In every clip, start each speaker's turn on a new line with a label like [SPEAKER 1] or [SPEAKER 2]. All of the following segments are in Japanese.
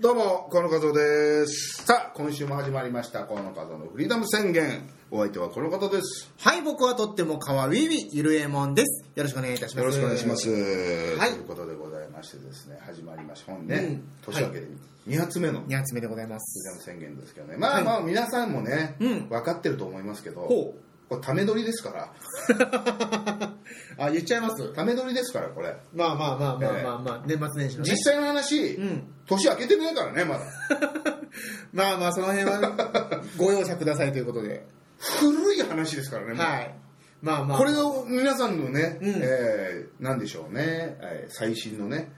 [SPEAKER 1] どうも河野和夫ですさあ今週も始まりました河野和夫のフリーダム宣言お相手はこの方です
[SPEAKER 2] はい、僕はとっても可愛いゆるえもんです。よろしくお願いいたします。
[SPEAKER 1] よろしくお願いします、
[SPEAKER 2] はい
[SPEAKER 1] ということでございましてですね始まりました本ね、
[SPEAKER 2] うん
[SPEAKER 1] 年明けで2発目のフリー
[SPEAKER 2] 二発目でございま
[SPEAKER 1] ダム
[SPEAKER 2] す。
[SPEAKER 1] 宣言ですけどねまあまあ皆さんもね、
[SPEAKER 2] うん
[SPEAKER 1] 分かってると思いますけど
[SPEAKER 2] ほう
[SPEAKER 1] これため撮りですから
[SPEAKER 2] あ、言っちゃいます
[SPEAKER 1] ため撮りですからこれ
[SPEAKER 2] まあまあまあまあまあまあ、年末年始のね
[SPEAKER 1] 実。際の話、
[SPEAKER 2] うん。
[SPEAKER 1] 年明けてないからねまだ
[SPEAKER 2] まあまあ、その辺はご容赦くださいということで。
[SPEAKER 1] 古い話ですからねもう
[SPEAKER 2] はい。まあまあ。
[SPEAKER 1] これを皆さんのね、
[SPEAKER 2] うん
[SPEAKER 1] えーなんでしょうね、えー最新の ね、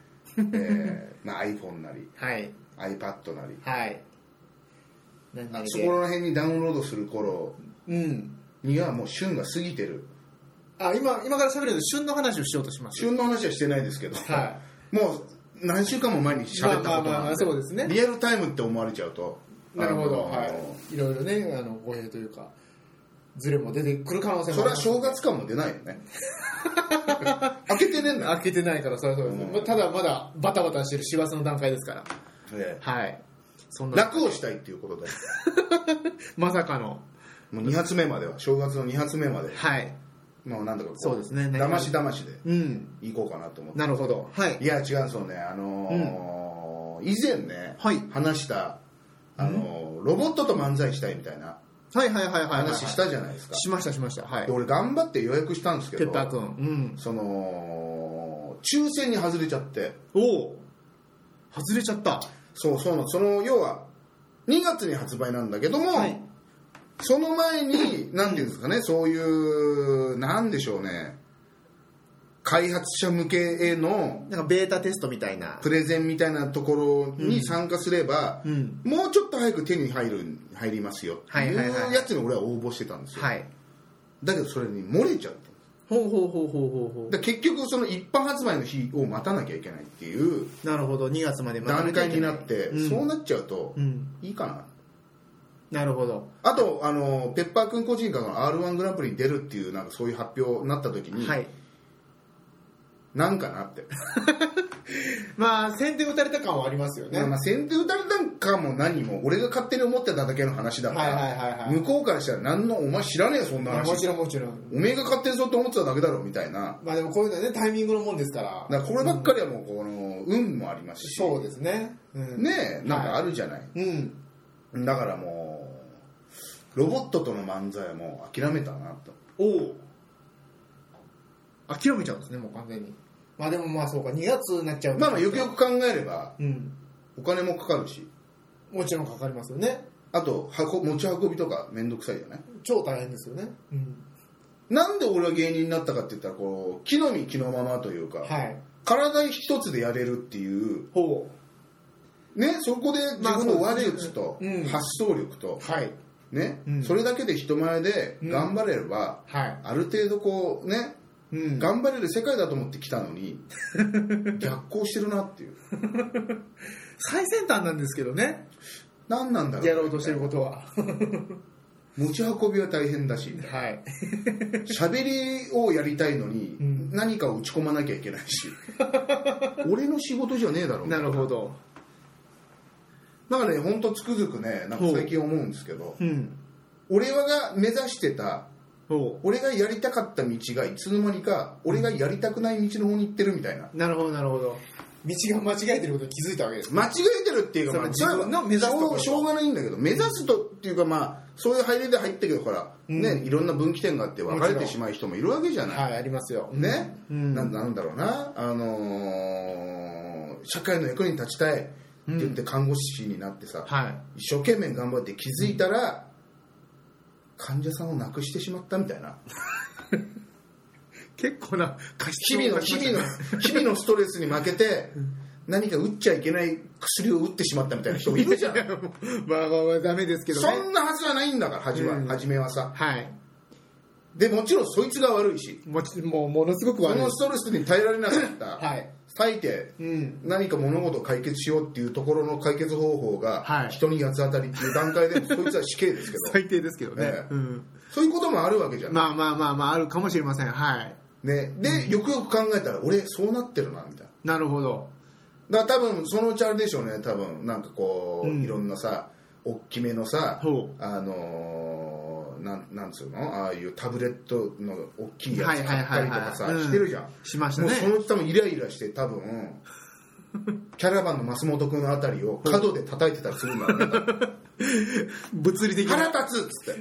[SPEAKER 1] えーまあ、iPhone なり
[SPEAKER 2] はい。
[SPEAKER 1] iPad なり
[SPEAKER 2] はい。何々
[SPEAKER 1] そ
[SPEAKER 2] で
[SPEAKER 1] こら辺にダウンロードする頃
[SPEAKER 2] うん。
[SPEAKER 1] にはもう旬が過ぎてる
[SPEAKER 2] あ、今、今から喋ると旬の話をしようとします。
[SPEAKER 1] 旬の話はしてないですけど、
[SPEAKER 2] は
[SPEAKER 1] もう何週間も前に喋ったこと
[SPEAKER 2] まあまあまあ
[SPEAKER 1] な
[SPEAKER 2] ま
[SPEAKER 1] ん
[SPEAKER 2] あそうですね
[SPEAKER 1] リアルタイムって思われちゃうと
[SPEAKER 2] なるほど。
[SPEAKER 1] あの
[SPEAKER 2] はい。いろいろね、あの、語弊というか、ズレも出てくる可能性も
[SPEAKER 1] そ
[SPEAKER 2] あ
[SPEAKER 1] れ
[SPEAKER 2] りま
[SPEAKER 1] は
[SPEAKER 2] す
[SPEAKER 1] 正月感も出ないよね開けてねえんだよ、
[SPEAKER 2] 開けてないからそれはそうです、
[SPEAKER 1] うん
[SPEAKER 2] まあただまだバタバタしてる師走の段階ですから
[SPEAKER 1] え
[SPEAKER 2] はいそ
[SPEAKER 1] え
[SPEAKER 2] んな
[SPEAKER 1] 楽をしたいっていうことで
[SPEAKER 2] まさかの
[SPEAKER 1] もう2発目までは正月の2発目まで
[SPEAKER 2] はい
[SPEAKER 1] もうなんだかこ
[SPEAKER 2] そうですね
[SPEAKER 1] だましだましで
[SPEAKER 2] うん
[SPEAKER 1] 行こうかなと思って
[SPEAKER 2] なるほどはい
[SPEAKER 1] いや違うんですよねあのー以前ね、
[SPEAKER 2] はい
[SPEAKER 1] 話したあのーロボットと漫才したいみたいな
[SPEAKER 2] はいはいはいはいはい
[SPEAKER 1] 話したじゃないですか、
[SPEAKER 2] しましたしましたはい
[SPEAKER 1] で俺頑張って予約したんです
[SPEAKER 2] ペ
[SPEAKER 1] け
[SPEAKER 2] ッパー
[SPEAKER 1] ど
[SPEAKER 2] 君うん
[SPEAKER 1] その抽選に外れちゃって
[SPEAKER 2] おお外れちゃった
[SPEAKER 1] そうそうなのその要は2月に発売なんだけども、
[SPEAKER 2] はい
[SPEAKER 1] その前に何ていうんですかねそういうなんでしょうね開発者向けへの
[SPEAKER 2] なんかベータテストみたいな
[SPEAKER 1] プレゼンみたいなところに参加すれば、
[SPEAKER 2] うん
[SPEAKER 1] もうちょっと早く手に入る入りますよって
[SPEAKER 2] はいいうはいはい
[SPEAKER 1] やつに俺は応募してたんですよ、
[SPEAKER 2] はい
[SPEAKER 1] だけどそれに漏れちゃった
[SPEAKER 2] ほうほうほうほうほうほ
[SPEAKER 1] だから結局その一般発売の日を待たなきゃいけないっていう
[SPEAKER 2] うなるほど2月まで待た
[SPEAKER 1] 段
[SPEAKER 2] きゃ
[SPEAKER 1] 階
[SPEAKER 2] いけ
[SPEAKER 1] になって、
[SPEAKER 2] うん
[SPEAKER 1] そうなっちゃうと
[SPEAKER 2] うん
[SPEAKER 1] いいかな、
[SPEAKER 2] なるほど
[SPEAKER 1] あとあのペッパー君個人が r 1グランプリに出るっていうなんかそういう発表になった時に、
[SPEAKER 2] はい
[SPEAKER 1] なんかなって、
[SPEAKER 2] まあ先手打たれた感はありますよね
[SPEAKER 1] まあまあ先手打たれたんかも何も俺が勝手に思ってただけの話だか
[SPEAKER 2] はい
[SPEAKER 1] ら、
[SPEAKER 2] はいはいはい
[SPEAKER 1] 向こうからしたら何のお前知らねえよそんな
[SPEAKER 2] まあ
[SPEAKER 1] 話
[SPEAKER 2] もちろんもちろん
[SPEAKER 1] おめえが勝手にそうって思ってただけだろみたいな
[SPEAKER 2] まあでもこういうのはねタイミングのもんですから
[SPEAKER 1] だからこればっかりはもうこの運もありますし
[SPEAKER 2] そうですね、うん、
[SPEAKER 1] ねえなんかあるじゃない、
[SPEAKER 2] うん
[SPEAKER 1] だからもうロボットとの漫才はもう諦めたなと
[SPEAKER 2] おお諦めちゃうんですねもう完全にまあでもまあそうか2月になっちゃう
[SPEAKER 1] まあまあよくよく考えれば
[SPEAKER 2] うん
[SPEAKER 1] お金もかかるし
[SPEAKER 2] もちろんかかりますよね
[SPEAKER 1] あと箱持ち運びとか面倒くさいじゃない
[SPEAKER 2] 超大変ですよねうん
[SPEAKER 1] なんで俺は芸人になったかって言ったらこう木の実木のままというか、
[SPEAKER 2] はい
[SPEAKER 1] 体一つでやれるっていう
[SPEAKER 2] ほ
[SPEAKER 1] ねそこで自分の話術と
[SPEAKER 2] まあそうです
[SPEAKER 1] 発想
[SPEAKER 2] ねうん
[SPEAKER 1] 力と
[SPEAKER 2] う、はい
[SPEAKER 1] ね
[SPEAKER 2] うん
[SPEAKER 1] それだけで人前で頑張れれば、
[SPEAKER 2] はい
[SPEAKER 1] ある程度こうね
[SPEAKER 2] うん
[SPEAKER 1] 頑張れる世界だと思ってきたのに 逆行してるなっていう
[SPEAKER 2] 最先端なんですけどね
[SPEAKER 1] 何なんだろう
[SPEAKER 2] やろうとしてることは
[SPEAKER 1] 持ち運びは大変だし
[SPEAKER 2] はい
[SPEAKER 1] 喋りをやりたいのに、
[SPEAKER 2] うん
[SPEAKER 1] 何かを打ち込まなきゃいけない し俺の仕事じゃねえだろう
[SPEAKER 2] なるほど
[SPEAKER 1] だからねほんとつくづくねなんか最近思うんですけど
[SPEAKER 2] うん
[SPEAKER 1] 俺はが目指してた
[SPEAKER 2] ほ
[SPEAKER 1] 俺がやりたかった道がいつの間にか俺がやりたくない道の方に行ってるみたいな
[SPEAKER 2] うなるほどなるほど道が間違えてることに気づいたわけです
[SPEAKER 1] 間違えてるっていうか、まあ、
[SPEAKER 2] それは自分の目指すところ
[SPEAKER 1] しょうしょうがないんだけど目指すとっていうかまあそういう入りで入ったけどから、
[SPEAKER 2] うん
[SPEAKER 1] ねいろんな分岐点があって別れ
[SPEAKER 2] もちろ
[SPEAKER 1] て
[SPEAKER 2] ん
[SPEAKER 1] しまう人もいるわけじゃない、
[SPEAKER 2] はいありますよ
[SPEAKER 1] ね、
[SPEAKER 2] うん
[SPEAKER 1] なんなんだろうなあのー社会の役に立ちたいって言って看護師になってさ、
[SPEAKER 2] はい
[SPEAKER 1] 一生懸命頑張って気づいたら、患者さんを亡くしてしまったみたいな
[SPEAKER 2] 結構な過
[SPEAKER 1] 日
[SPEAKER 2] 失
[SPEAKER 1] 々の
[SPEAKER 2] を犯し
[SPEAKER 1] 日
[SPEAKER 2] まし
[SPEAKER 1] 々
[SPEAKER 2] たね
[SPEAKER 1] の日々のストレスに負けて何か打っちゃいけない薬を打ってしまったみたいな人もいるじゃん
[SPEAKER 2] いやもうまあまあまあダメですけどね
[SPEAKER 1] そんなはずはないんだから初めは,、
[SPEAKER 2] うん
[SPEAKER 1] 初めはさ
[SPEAKER 2] はい
[SPEAKER 1] でもちろんそいつが悪いし
[SPEAKER 2] もちもうものすごく
[SPEAKER 1] こ
[SPEAKER 2] 悪い
[SPEAKER 1] の
[SPEAKER 2] です
[SPEAKER 1] ストレスに耐えられなかった、
[SPEAKER 2] はい
[SPEAKER 1] 最低
[SPEAKER 2] うん
[SPEAKER 1] 何か物事を解決しようっていうところの解決方法
[SPEAKER 2] は
[SPEAKER 1] が
[SPEAKER 2] い
[SPEAKER 1] 人に八つ当たりっていう段階 でそいつは死刑ですけど
[SPEAKER 2] 最低ですけどね、
[SPEAKER 1] ええ
[SPEAKER 2] うん、
[SPEAKER 1] そういうこともあるわけじゃん、
[SPEAKER 2] まあまあまあまああるかもしれませんはい
[SPEAKER 1] ね、でよくよく考えたら俺そうなってるなみたいな
[SPEAKER 2] なるほど
[SPEAKER 1] だから多分そのうちあれでしょうね多分なんかこう、
[SPEAKER 2] うん
[SPEAKER 1] いろんなさ大きめのさ
[SPEAKER 2] ほ
[SPEAKER 1] あのー、なんなんつうのああいうタブレットの大きいや
[SPEAKER 2] はい
[SPEAKER 1] つ
[SPEAKER 2] はい
[SPEAKER 1] 買っ
[SPEAKER 2] は
[SPEAKER 1] た
[SPEAKER 2] いは
[SPEAKER 1] り
[SPEAKER 2] い
[SPEAKER 1] とかさ
[SPEAKER 2] うん
[SPEAKER 1] してるじゃん、
[SPEAKER 2] しました
[SPEAKER 1] もう
[SPEAKER 2] ね
[SPEAKER 1] そのうち多分イライラして多分キャラバンの松本君のあたりを角で叩いてたりするんだろうね 多分
[SPEAKER 2] 物理 的な
[SPEAKER 1] 腹立つっつっ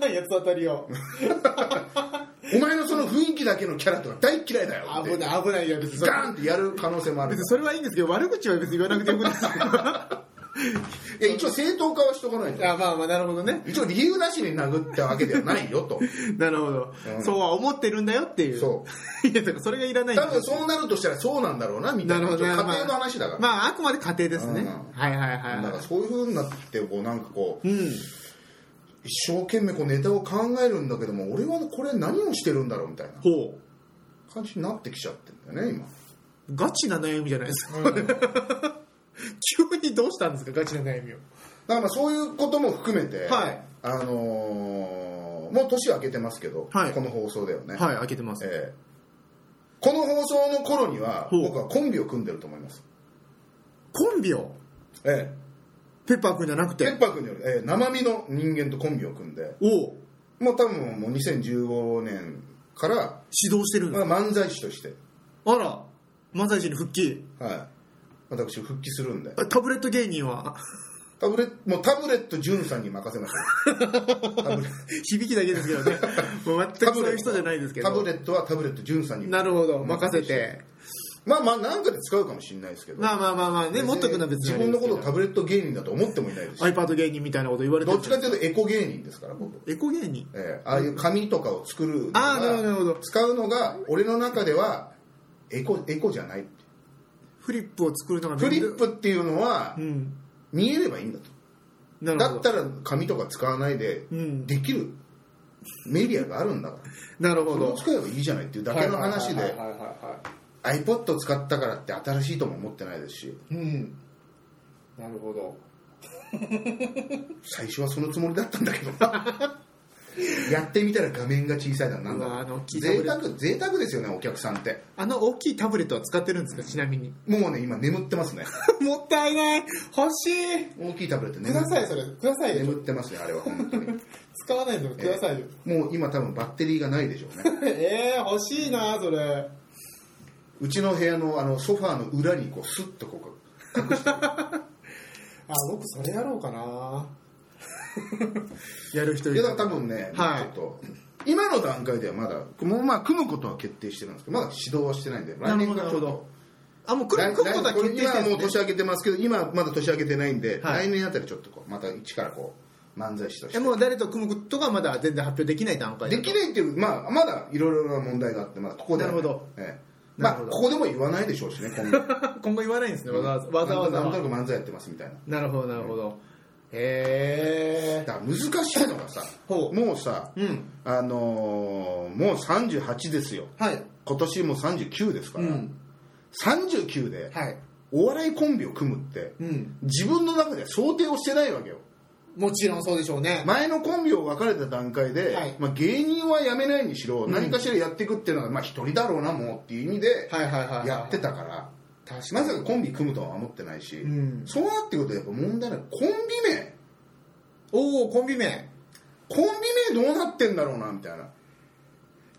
[SPEAKER 1] て
[SPEAKER 2] やつ当たり を
[SPEAKER 1] お前のその雰囲気だけのキャラとか大っ嫌いだよって
[SPEAKER 2] 危ない危ないよ別にそれ
[SPEAKER 1] ガーンってやる可能性もある
[SPEAKER 2] 別にそれはいいんですけど悪口は別に言わなくてよくないです か
[SPEAKER 1] いや一応正当化はしとかないと
[SPEAKER 2] あまあまあなるほどね
[SPEAKER 1] 一応理由なしに殴ったわけではないよと
[SPEAKER 2] なるほど、
[SPEAKER 1] うん
[SPEAKER 2] そうは思ってるんだよっていう
[SPEAKER 1] そう
[SPEAKER 2] いやだからそれがいらないんだ
[SPEAKER 1] 多分そうなるとしたらそうなんだろうなみたいな
[SPEAKER 2] なるほど
[SPEAKER 1] 家
[SPEAKER 2] ね
[SPEAKER 1] 庭の話だから、
[SPEAKER 2] まああくまで家庭ですね、
[SPEAKER 1] うん
[SPEAKER 2] はいはいはい
[SPEAKER 1] だからそういうふうになってこうなんかこう
[SPEAKER 2] うん
[SPEAKER 1] 一生懸命こうネタを考えるんだけども俺はこれ何をしてるんだろうみたいな
[SPEAKER 2] ほう
[SPEAKER 1] 感じになってきちゃってんだよね今
[SPEAKER 2] ガチな悩みじゃないです か、
[SPEAKER 1] うん
[SPEAKER 2] 急にどうしたんですかガチな悩みを
[SPEAKER 1] だからそういうことも含めて、
[SPEAKER 2] はい
[SPEAKER 1] あのーもう年は明けてますけど、
[SPEAKER 2] はい
[SPEAKER 1] この放送だよね、
[SPEAKER 2] はい開けてます
[SPEAKER 1] ええこの放送の頃には
[SPEAKER 2] ほう
[SPEAKER 1] 僕はコンビを組んでると思います、
[SPEAKER 2] コンビを
[SPEAKER 1] え
[SPEAKER 2] ペッパーくんじゃなく
[SPEAKER 1] え、ペ
[SPEAKER 2] て
[SPEAKER 1] ッパー君による、ええ生身の人間とコンビを組んで
[SPEAKER 2] を
[SPEAKER 1] もう多分もう2015年から、
[SPEAKER 2] 指導してるんで
[SPEAKER 1] ますあ、漫才師として、
[SPEAKER 2] あら漫才師に復帰
[SPEAKER 1] はい、私復帰するんで
[SPEAKER 2] タブレット芸人は
[SPEAKER 1] タブレットもうタブレット潤さんに任せましたタブレ
[SPEAKER 2] 響きだけですけど ねもう全くそういう人じゃないですけど
[SPEAKER 1] タブレットはタブレット潤さんに
[SPEAKER 2] なるほど任せて
[SPEAKER 1] まあまあなんかで使うかもしれないですけど、
[SPEAKER 2] まあまあまあまあねもっとくな別に
[SPEAKER 1] 自分のことをタブレット芸人だと思ってもいないですし
[SPEAKER 2] iPad 芸人みたいなこと言われて
[SPEAKER 1] どっちか
[SPEAKER 2] る
[SPEAKER 1] というとエコ芸人ですから僕、
[SPEAKER 2] エコ芸人
[SPEAKER 1] ええああいう紙とかを作るの
[SPEAKER 2] ああなるほどなるほど
[SPEAKER 1] 使うのが俺の中ではエコエコじゃない
[SPEAKER 2] フリップを作るのが
[SPEAKER 1] フリ
[SPEAKER 2] 面倒
[SPEAKER 1] ップっていうのは
[SPEAKER 2] うん
[SPEAKER 1] 見えればいいんだと
[SPEAKER 2] なる
[SPEAKER 1] だっ
[SPEAKER 2] ほど
[SPEAKER 1] たら紙とか使わないで
[SPEAKER 2] うん
[SPEAKER 1] できるメディアがあるんだから
[SPEAKER 2] なるほ
[SPEAKER 1] それを
[SPEAKER 2] ど
[SPEAKER 1] 使えばいいじゃないっていうだけの話
[SPEAKER 2] はい
[SPEAKER 1] で
[SPEAKER 2] はいはいは
[SPEAKER 1] iPod を使ったからって新しいとも思ってないですし
[SPEAKER 2] いうんなるほど
[SPEAKER 1] 最初はそのつもりだったんだけど やってみたら画面が小さいだなん
[SPEAKER 2] うわあの
[SPEAKER 1] だ
[SPEAKER 2] 大きいタブレ
[SPEAKER 1] 贅
[SPEAKER 2] ッ
[SPEAKER 1] 沢贅沢ですよねお客さんって
[SPEAKER 2] あの大きいタブレットは使ってるんですかちなみに
[SPEAKER 1] もうね今眠ってますね
[SPEAKER 2] もったいない欲しい
[SPEAKER 1] 大きいタブレット
[SPEAKER 2] く
[SPEAKER 1] 眠っ
[SPEAKER 2] だ
[SPEAKER 1] て
[SPEAKER 2] さいそれください
[SPEAKER 1] 眠
[SPEAKER 2] よ
[SPEAKER 1] ってますねあれは本 当に
[SPEAKER 2] 使わないのくださいよ
[SPEAKER 1] もう今多分バッテリーがないでしょうね
[SPEAKER 2] えー、欲しいなそれ
[SPEAKER 1] うちの部屋のあのソファーの裏にこうスッとこう
[SPEAKER 2] あ僕それやろうかな やる人い
[SPEAKER 1] いや
[SPEAKER 2] る
[SPEAKER 1] だから多分ね、
[SPEAKER 2] はい
[SPEAKER 1] ちょっと今の段階ではまだもうまあ組むことは決定してるんですけどまだ指導はしてないんで
[SPEAKER 2] なるほど
[SPEAKER 1] がちょっと
[SPEAKER 2] あもう来る来ることは決定し
[SPEAKER 1] 今
[SPEAKER 2] て
[SPEAKER 1] は
[SPEAKER 2] るん
[SPEAKER 1] もう
[SPEAKER 2] です
[SPEAKER 1] 年
[SPEAKER 2] ね
[SPEAKER 1] 明けてますけど今はまだ年明けてないんで、
[SPEAKER 2] はい
[SPEAKER 1] 来年あたりちょっとこうまた一からこう漫才師とし
[SPEAKER 2] え
[SPEAKER 1] て
[SPEAKER 2] もう誰と組むことがまだ全然発表できない段階だ
[SPEAKER 1] できないっていう、まあ、まだいろいろな問題があってまだここではね
[SPEAKER 2] なるほど
[SPEAKER 1] ええ
[SPEAKER 2] な
[SPEAKER 1] まあ
[SPEAKER 2] るほど
[SPEAKER 1] ここでも言わないでしょうしね今 度
[SPEAKER 2] 今後言わないんですねわざわざわざわ
[SPEAKER 1] な
[SPEAKER 2] ざ
[SPEAKER 1] んと
[SPEAKER 2] は
[SPEAKER 1] なく漫才やってますみたいな
[SPEAKER 2] なるほどなるほどへえ
[SPEAKER 1] だから難しいのがさ
[SPEAKER 2] ほう
[SPEAKER 1] もうさ、
[SPEAKER 2] うん
[SPEAKER 1] あのーもう38ですよ
[SPEAKER 2] はい
[SPEAKER 1] 今年もう39ですか
[SPEAKER 2] う
[SPEAKER 1] ら、
[SPEAKER 2] ん
[SPEAKER 1] 39で
[SPEAKER 2] はい
[SPEAKER 1] お笑いコンビを組むって
[SPEAKER 2] うん
[SPEAKER 1] 自分の中では想定をしてないわけよ
[SPEAKER 2] もちろんそうでしょうね
[SPEAKER 1] 前のコンビを別れた段階で、
[SPEAKER 2] はい
[SPEAKER 1] まあ、芸人は辞めないにしろ何かしらやっていくっていうのは、まあ、一人だろうなもうっていう意味で
[SPEAKER 2] はいはいはいはい
[SPEAKER 1] やってたから
[SPEAKER 2] 確
[SPEAKER 1] まさかコンビ組むとは思ってないし、
[SPEAKER 2] うん
[SPEAKER 1] そうなってくるとやっぱ問題なのコンビ名
[SPEAKER 2] おおコンビ名
[SPEAKER 1] コンビ名どうなってんだろうなみたいな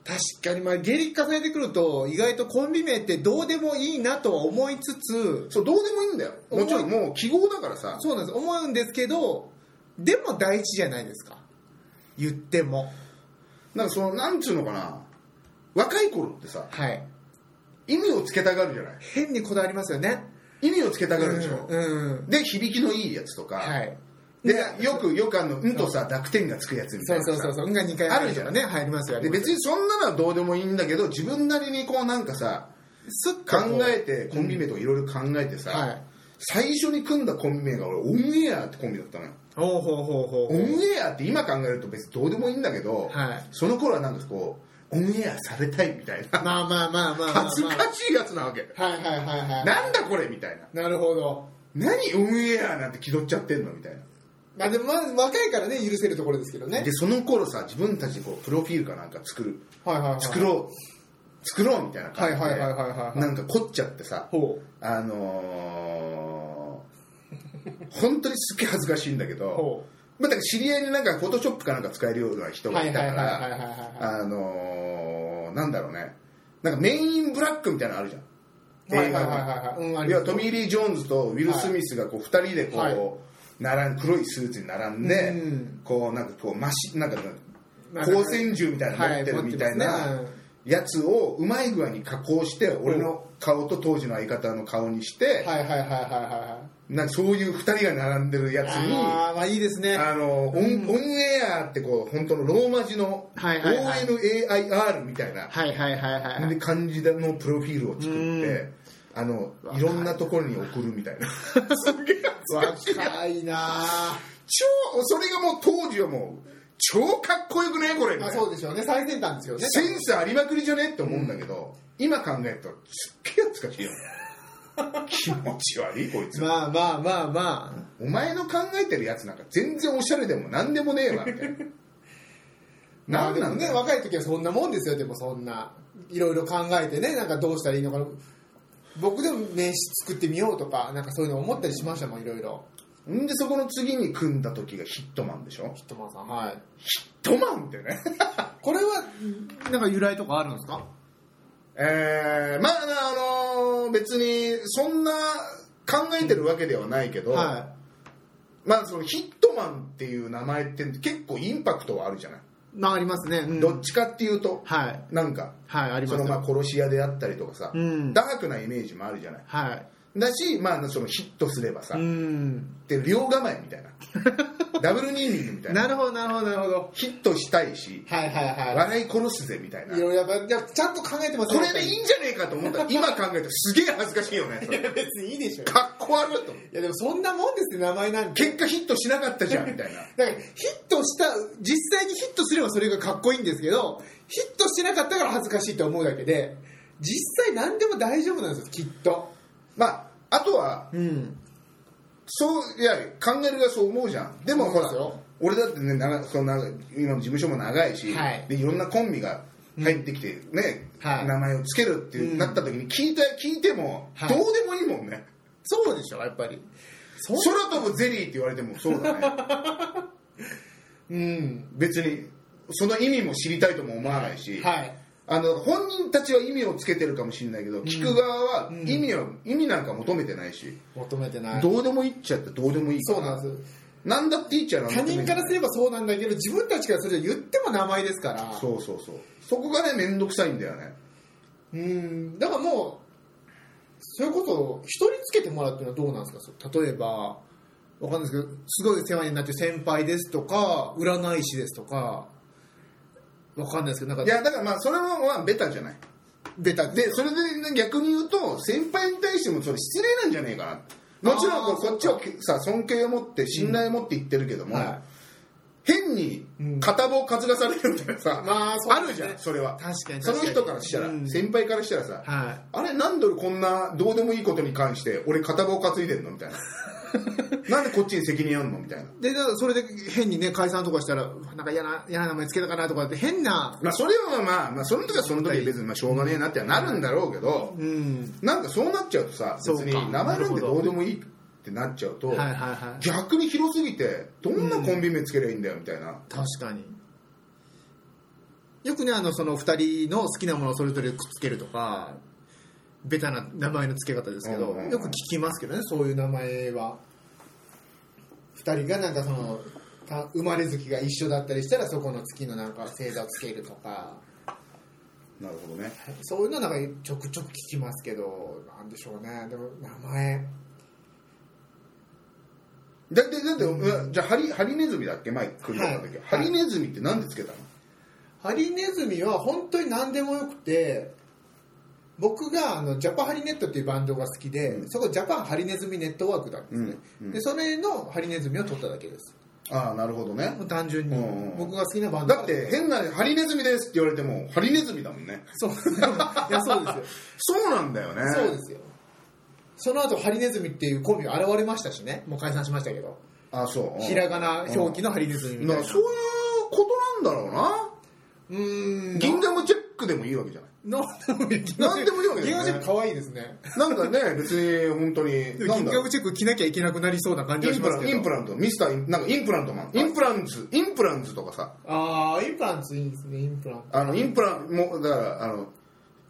[SPEAKER 2] 確かにまあ芸歴重ねてくると意外とコンビ名ってどうでもいいなとは思いつつ
[SPEAKER 1] そうどうでもいいんだよもちろんもう記号だからさ
[SPEAKER 2] そうなんです思うんですけどでも大事じゃないですか言っても
[SPEAKER 1] なんかそのなんつうのかな若い頃ってさ
[SPEAKER 2] はい
[SPEAKER 1] 意味をつけたがるじゃない
[SPEAKER 2] 変にこだわりますよね
[SPEAKER 1] 意味をつけたがるでしょ、
[SPEAKER 2] うん
[SPEAKER 1] で響きのいいやつとか、
[SPEAKER 2] はい
[SPEAKER 1] でよくよくあの「うん」とさ濁点がつくやつみた
[SPEAKER 2] そ
[SPEAKER 1] いうな
[SPEAKER 2] そうそうそう「うん」が2回
[SPEAKER 1] あるじゃん
[SPEAKER 2] んね入りますよ
[SPEAKER 1] で別にそんなのはどうでもいいんだけど自分なりにこうなんかさ
[SPEAKER 2] すっと
[SPEAKER 1] 考
[SPEAKER 2] こう
[SPEAKER 1] えてコンビ名とかいろいろ考えてさ、
[SPEAKER 2] はい
[SPEAKER 1] 最初に組んだコンビ名が俺オンエアってコンビだったのよ
[SPEAKER 2] ほうほうほうほ
[SPEAKER 1] オ
[SPEAKER 2] う
[SPEAKER 1] ンエアって今考えると別にどうでもいいんだけど、
[SPEAKER 2] はい
[SPEAKER 1] その頃はなんかこうオンエアされたいみたいな
[SPEAKER 2] まあまあまあまあまあ、まあ、
[SPEAKER 1] 恥ずかしいやつなわけ
[SPEAKER 2] はいはいはいはい
[SPEAKER 1] なんだこれみたいな
[SPEAKER 2] なるほど
[SPEAKER 1] 何オンエアなんて気取っちゃってんのみたいな
[SPEAKER 2] まあでもまあ若いからね許せるところですけどね
[SPEAKER 1] でその頃さ自分たちでこうプロフィールかなんか作る
[SPEAKER 2] はいはいはい
[SPEAKER 1] 作ろう作ろうみたいな感じで、
[SPEAKER 2] はいはいはいはいはいはい
[SPEAKER 1] なんか凝っちゃってさ
[SPEAKER 2] ほう
[SPEAKER 1] あのー、本当にすっげえ恥ずかしいんだけど、
[SPEAKER 2] ほ
[SPEAKER 1] まあ、だから知り合いになんかフォトショップかなんか使えるような人
[SPEAKER 2] う
[SPEAKER 1] が
[SPEAKER 2] はいい
[SPEAKER 1] た
[SPEAKER 2] はい
[SPEAKER 1] か
[SPEAKER 2] はいはいはいはい
[SPEAKER 1] ら
[SPEAKER 2] は
[SPEAKER 1] あのー、なんだろうねなんかメインブラックみたいなのあるじゃん
[SPEAKER 2] いはいはいはいはいうんあり
[SPEAKER 1] 要
[SPEAKER 2] が
[SPEAKER 1] は
[SPEAKER 2] と
[SPEAKER 1] ト
[SPEAKER 2] う
[SPEAKER 1] ミー・リー・ジョーンズとウィル・スミスがこう2人でこう、
[SPEAKER 2] はい
[SPEAKER 1] 並ん黒いスーツに並んで、
[SPEAKER 2] うん
[SPEAKER 1] こうなんかこうマシなんか
[SPEAKER 2] なんか
[SPEAKER 1] 光線銃みたいなの持ってる
[SPEAKER 2] はい持
[SPEAKER 1] み
[SPEAKER 2] って
[SPEAKER 1] たい
[SPEAKER 2] ますね
[SPEAKER 1] なやつをうまい具合に加工して俺の顔と当時の相方の顔にして、
[SPEAKER 2] はいはいはいはいはい
[SPEAKER 1] なんかそういう2人が並んでるやつに
[SPEAKER 2] あーまあいいですね
[SPEAKER 1] あのオン,、オンエアってこう本当のローマ字の
[SPEAKER 2] はいはいはい
[SPEAKER 1] ONAIR みたいな
[SPEAKER 2] はいはいはいはいは
[SPEAKER 1] で
[SPEAKER 2] い
[SPEAKER 1] 漢字のプロフィールを作ってあのいろんなところに送るみたいなすげえ
[SPEAKER 2] 若いなあ
[SPEAKER 1] 超それがもう当時はもう超かっこよくねこれみた
[SPEAKER 2] あ
[SPEAKER 1] いな
[SPEAKER 2] そうでしょうね最先端ですよね
[SPEAKER 1] センスありまくりじゃねって思うんだけど、今考えるとすっげえ恥ずかしいよ気持ち悪いこいつ
[SPEAKER 2] まあまあまあま
[SPEAKER 1] お前の考えてるやつなんか全然おしゃれでも何でもねえわみたい
[SPEAKER 2] あま
[SPEAKER 1] なな
[SPEAKER 2] あ
[SPEAKER 1] ん
[SPEAKER 2] で
[SPEAKER 1] な
[SPEAKER 2] も
[SPEAKER 1] んだ
[SPEAKER 2] ね
[SPEAKER 1] よ
[SPEAKER 2] 若い時はそんなもんですよでもそんないろいろ考えてねなんかどうしたらいいのかな僕でも名刺作ってみようとかなんかそういうの思ったりしましたもんいろいろ
[SPEAKER 1] んでそこの次に組んだ時がヒットマンでしょ
[SPEAKER 2] ヒットマンさんはい
[SPEAKER 1] ヒットマンってね
[SPEAKER 2] これはなんか由来とかあるんですか
[SPEAKER 1] えー、まああのー別にそんな考えてるわけではないけど、
[SPEAKER 2] は
[SPEAKER 1] まあそのヒットマンっていう名前って結構インパクトはあるじゃない、
[SPEAKER 2] いまあありますね、うん
[SPEAKER 1] どっちかっていうと
[SPEAKER 2] はい
[SPEAKER 1] なんか
[SPEAKER 2] はいあり
[SPEAKER 1] そ
[SPEAKER 2] ます
[SPEAKER 1] の
[SPEAKER 2] よ
[SPEAKER 1] まあ殺し屋であったりとかさ、
[SPEAKER 2] うん
[SPEAKER 1] ダークなイメージもあるじゃない
[SPEAKER 2] はい
[SPEAKER 1] だし、まあ、そのヒットすればさ、
[SPEAKER 2] うん
[SPEAKER 1] で両構えみ たいなダブルニーニングみたいな
[SPEAKER 2] なるほどなるほどなるほど
[SPEAKER 1] ヒットしたいし
[SPEAKER 2] はいはいは
[SPEAKER 1] 笑い殺すぜみたい
[SPEAKER 2] い
[SPEAKER 1] ない
[SPEAKER 2] ろいろやっぱやっぱちゃんと考えてます
[SPEAKER 1] これでいいんじゃねえかと思ったら今考えたらすげえ恥ずかしいよねそれ
[SPEAKER 2] いや 別にいいでしょ
[SPEAKER 1] かっこ悪いと思う
[SPEAKER 2] いやでもそんなもんですよ名前なんて
[SPEAKER 1] 結果ヒットしなかったじゃんみたいな
[SPEAKER 2] だからヒットした実際にヒットすればそれがかっこいいんですけどヒットしてなかったから恥ずかしいと思うだけで実際何でも大丈夫なんですよきっと
[SPEAKER 1] まああとは
[SPEAKER 2] うん
[SPEAKER 1] そういや考えるがそう思うじゃんでも
[SPEAKER 2] そ
[SPEAKER 1] ほ
[SPEAKER 2] うで
[SPEAKER 1] ら
[SPEAKER 2] すよ
[SPEAKER 1] 俺だってね長その長い今の事務所も長いし、
[SPEAKER 2] はい
[SPEAKER 1] でいろんなコンビが入ってきてね、
[SPEAKER 2] はい
[SPEAKER 1] 名前をつけるっていう、
[SPEAKER 2] うん
[SPEAKER 1] なった時に聞いた聞いても、
[SPEAKER 2] はい
[SPEAKER 1] どうでもいいもんね
[SPEAKER 2] そうでしょやっぱりそ
[SPEAKER 1] 空飛ぶゼリーって言われてもそうだね
[SPEAKER 2] うん
[SPEAKER 1] 別にその意味も知りたいとも思わないし、
[SPEAKER 2] はい
[SPEAKER 1] あの本人たちは意味をつけてるかもしれないけど、聞く側は意味を、意味なんか求めてないし、
[SPEAKER 2] 求めてない
[SPEAKER 1] どうでもいいっちゃってどうでもいいから
[SPEAKER 2] そうなんです
[SPEAKER 1] なんだっていいっちゃなんだ
[SPEAKER 2] 他
[SPEAKER 1] っていい
[SPEAKER 2] 人からすればそうなんだけど自分たちからそれじゃ言っても名前ですから
[SPEAKER 1] そうそうそうそこがね面倒くさいんだよね
[SPEAKER 2] うんだからもうそれこそ人につけてもらうっていうのはどうなんですかそう例えばわかんないですけどすごい世話になってる先輩ですとか占い師ですとかわかんないですけどなん
[SPEAKER 1] い
[SPEAKER 2] か
[SPEAKER 1] やだからまあそれはまあベタじゃない
[SPEAKER 2] ベタで
[SPEAKER 1] でそれで逆に言うと先輩に対してもそれ失礼なんじゃねえかなもちろんこう
[SPEAKER 2] あー
[SPEAKER 1] こっちはさ尊敬を持って信頼を持って言ってるけども、
[SPEAKER 2] は
[SPEAKER 1] 変に
[SPEAKER 2] うん
[SPEAKER 1] 片棒担がされるみたいなさ、
[SPEAKER 2] まあそう
[SPEAKER 1] あ
[SPEAKER 2] ですね
[SPEAKER 1] るじゃんそれは
[SPEAKER 2] 確かに確
[SPEAKER 1] そ
[SPEAKER 2] かに
[SPEAKER 1] の人からしたら、
[SPEAKER 2] うん
[SPEAKER 1] 先輩からしたらさ、
[SPEAKER 2] は
[SPEAKER 1] あれなんで俺こんなどうでもいいことに関して俺片棒担いでんのみ たいななんでこっちに責任あんのみたいない
[SPEAKER 2] でだからそれで変にね解散とかしたらうわなんか嫌な嫌な名前つけたかなとかって変な
[SPEAKER 1] まあそれはまあ、まあ、その時はその時で別にまあしょうがねえなってはなるんだろうけど、
[SPEAKER 2] うん
[SPEAKER 1] なんかそうなっちゃうとさ別
[SPEAKER 2] そうか
[SPEAKER 1] に名前なんて
[SPEAKER 2] なるほ
[SPEAKER 1] ど
[SPEAKER 2] ど
[SPEAKER 1] うでもいいってなっちゃうと、
[SPEAKER 2] はいはいはい
[SPEAKER 1] 逆に広すぎてどんなコンビ名つけりゃいいんだよみたいな、
[SPEAKER 2] 確かによくねあのその2人の好きなものをそれぞれくっつけるとかベタな名前の付け方ですけど、
[SPEAKER 1] うんうんうん
[SPEAKER 2] よく聞きますけどねそういう名前は2人がなんかそのた生まれ月が一緒だったりしたらそこの月のなんか星座をつけるとか
[SPEAKER 1] なるほどね
[SPEAKER 2] そういうのなんかちょくちょく聞きますけどなんでしょうねでも名前
[SPEAKER 1] だってだって、うんじゃあハリハリネズミだっけ前組んでた時、
[SPEAKER 2] はい
[SPEAKER 1] ハリネズミって何でつけたの、
[SPEAKER 2] ハリネズミは本当に何でもよくて僕があのジャパハリネットっていうバンドが好きで、
[SPEAKER 1] うん
[SPEAKER 2] そこジャパンハリネズミネットワークだったんですね、
[SPEAKER 1] うんうん
[SPEAKER 2] でそれのハリネズミを取っただけです
[SPEAKER 1] ああなるほどね
[SPEAKER 2] もう単純に
[SPEAKER 1] うんうん
[SPEAKER 2] 僕が好きなバンド
[SPEAKER 1] だって変な「ハリネズミです」って言われてもハリネズミだもんね
[SPEAKER 2] そういやそうですよ
[SPEAKER 1] そうなんだよね
[SPEAKER 2] そうですよその後ハリネズミっていうコンビが現れましたしねもう解散しましたけど
[SPEAKER 1] あそう
[SPEAKER 2] ひらがな表記のハリネズミみ
[SPEAKER 1] だ
[SPEAKER 2] たい
[SPEAKER 1] からそ
[SPEAKER 2] な
[SPEAKER 1] ういうことなんだろうな
[SPEAKER 2] うーん
[SPEAKER 1] 銀ガムチェックでもいいわけじゃない
[SPEAKER 2] なんでもいい。
[SPEAKER 1] なんでもいいわけだよ
[SPEAKER 2] 銀河
[SPEAKER 1] ね
[SPEAKER 2] チェック可愛いですね。
[SPEAKER 1] なんかね、別に本当に、
[SPEAKER 2] で
[SPEAKER 1] な
[SPEAKER 2] も
[SPEAKER 1] ん
[SPEAKER 2] 銀
[SPEAKER 1] だろ
[SPEAKER 2] 河
[SPEAKER 1] う
[SPEAKER 2] チェック着なきゃいけなくなりそうな感じ
[SPEAKER 1] イ
[SPEAKER 2] が
[SPEAKER 1] ン
[SPEAKER 2] し
[SPEAKER 1] プ
[SPEAKER 2] ます
[SPEAKER 1] ラン
[SPEAKER 2] け
[SPEAKER 1] イ
[SPEAKER 2] ど。
[SPEAKER 1] ンプラント、ミスター、なんかインプラントマン、インプランツ、インプランツとかさ、
[SPEAKER 2] ああ、インプランツいいですね、インプラン
[SPEAKER 1] あのインプラン、もうだから、あの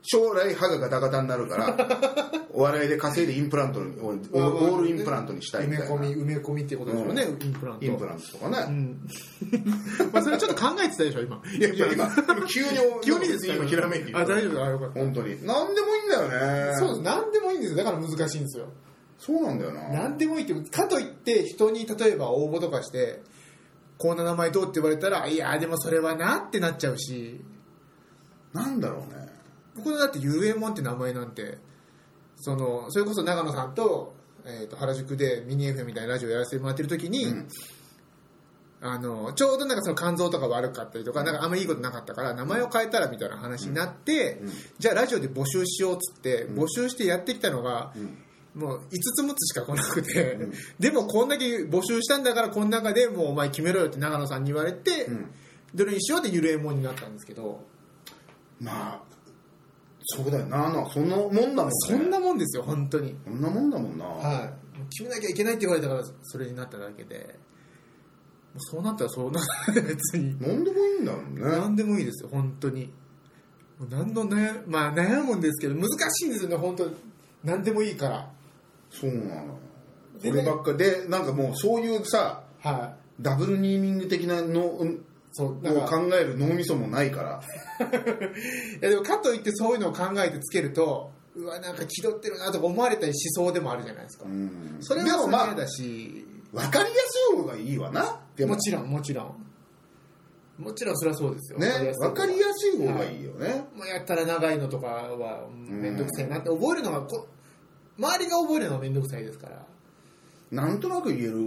[SPEAKER 1] 将来歯がガタガタになるから、 お笑いで稼いでインプラントに、オール
[SPEAKER 2] まあまあ
[SPEAKER 1] オールインプラントにしたい
[SPEAKER 2] 埋
[SPEAKER 1] み
[SPEAKER 2] め
[SPEAKER 1] たい
[SPEAKER 2] 込み、
[SPEAKER 1] な。
[SPEAKER 2] 埋め込みってことですよね、
[SPEAKER 1] う
[SPEAKER 2] インプラント。
[SPEAKER 1] インプラントとか
[SPEAKER 2] う
[SPEAKER 1] ね。
[SPEAKER 2] ん。 まあ、それちょっと考えてたでしょ、今。
[SPEAKER 1] いや、いや今、今急に、
[SPEAKER 2] 急にです
[SPEAKER 1] 今、ひらめいて
[SPEAKER 2] あ、大丈夫だ、あ、よかった。
[SPEAKER 1] 本当に。なんでもいいんだよね。
[SPEAKER 2] そうです、なんでもいいんですよ。だから難しいんですよ。
[SPEAKER 1] そうなんだよな。
[SPEAKER 2] なんでもいいって、かといって人に例えば応募とかして、こんな名前どうって言われたら、いや、でもそれはなってなっちゃうし、
[SPEAKER 1] なんだろうね。
[SPEAKER 2] 僕のだってゆえもんって名前なんて、その、それこそ長野さんと、えーと、原宿でミニ FM みたいなラジオやらせてもらってる時に、
[SPEAKER 1] うん
[SPEAKER 2] あの、ちょうどなんかその肝臓とか悪かったりとか、なんかあんまりいいことなかったから、名前を変えたらみたいな話になって、
[SPEAKER 1] うん
[SPEAKER 2] じゃあラジオで募集しようっつって、募集してやってきたのが、
[SPEAKER 1] うん
[SPEAKER 2] もう5つ6つしか来なくて、
[SPEAKER 1] うん
[SPEAKER 2] でもこんだけ募集したんだからこの中でもうお前決めろよって長野さんに言われて、
[SPEAKER 1] うん
[SPEAKER 2] どれにしようってゆるえもんになったんですけど、
[SPEAKER 1] まあ、そうだよな。なそんなもんだもんね。
[SPEAKER 2] そんなもんですよ本当に、
[SPEAKER 1] そんなもんだもんな。
[SPEAKER 2] はい、決めなきゃいけないって言われたからそれになっただけでもうそうなったらそうなったで別に
[SPEAKER 1] なんでもいいんだもんね。
[SPEAKER 2] 何でもいいですよ本当にもう何の悩,、まあ、悩むんですけど難しいんですよね本当に何でもいいから
[SPEAKER 1] そうなの。こ
[SPEAKER 2] で
[SPEAKER 1] ればっかで、なんかもうそういうさ、
[SPEAKER 2] はい
[SPEAKER 1] ダブルニーミング的なのを
[SPEAKER 2] そうなんか
[SPEAKER 1] 考える脳みそもないから。
[SPEAKER 2] いやでもかといってそういうのを考えてつけるとうわなんか気取ってるなとか思われたりしそうでもあるじゃないですか、
[SPEAKER 1] うん
[SPEAKER 2] それは
[SPEAKER 1] で
[SPEAKER 2] そ
[SPEAKER 1] も
[SPEAKER 2] れ
[SPEAKER 1] ま
[SPEAKER 2] 嫌
[SPEAKER 1] あ、
[SPEAKER 2] だし、
[SPEAKER 1] わかりやすい方がいいわな。でも
[SPEAKER 2] も、ちろんもちろんもちろんそれはそうですよ
[SPEAKER 1] ね、わかりやすい方がいいよね。
[SPEAKER 2] もうやったら長いのとかはめんどくさいなって覚えるのがこ周りが覚えるのがめんどくさいですから
[SPEAKER 1] なんとなく言える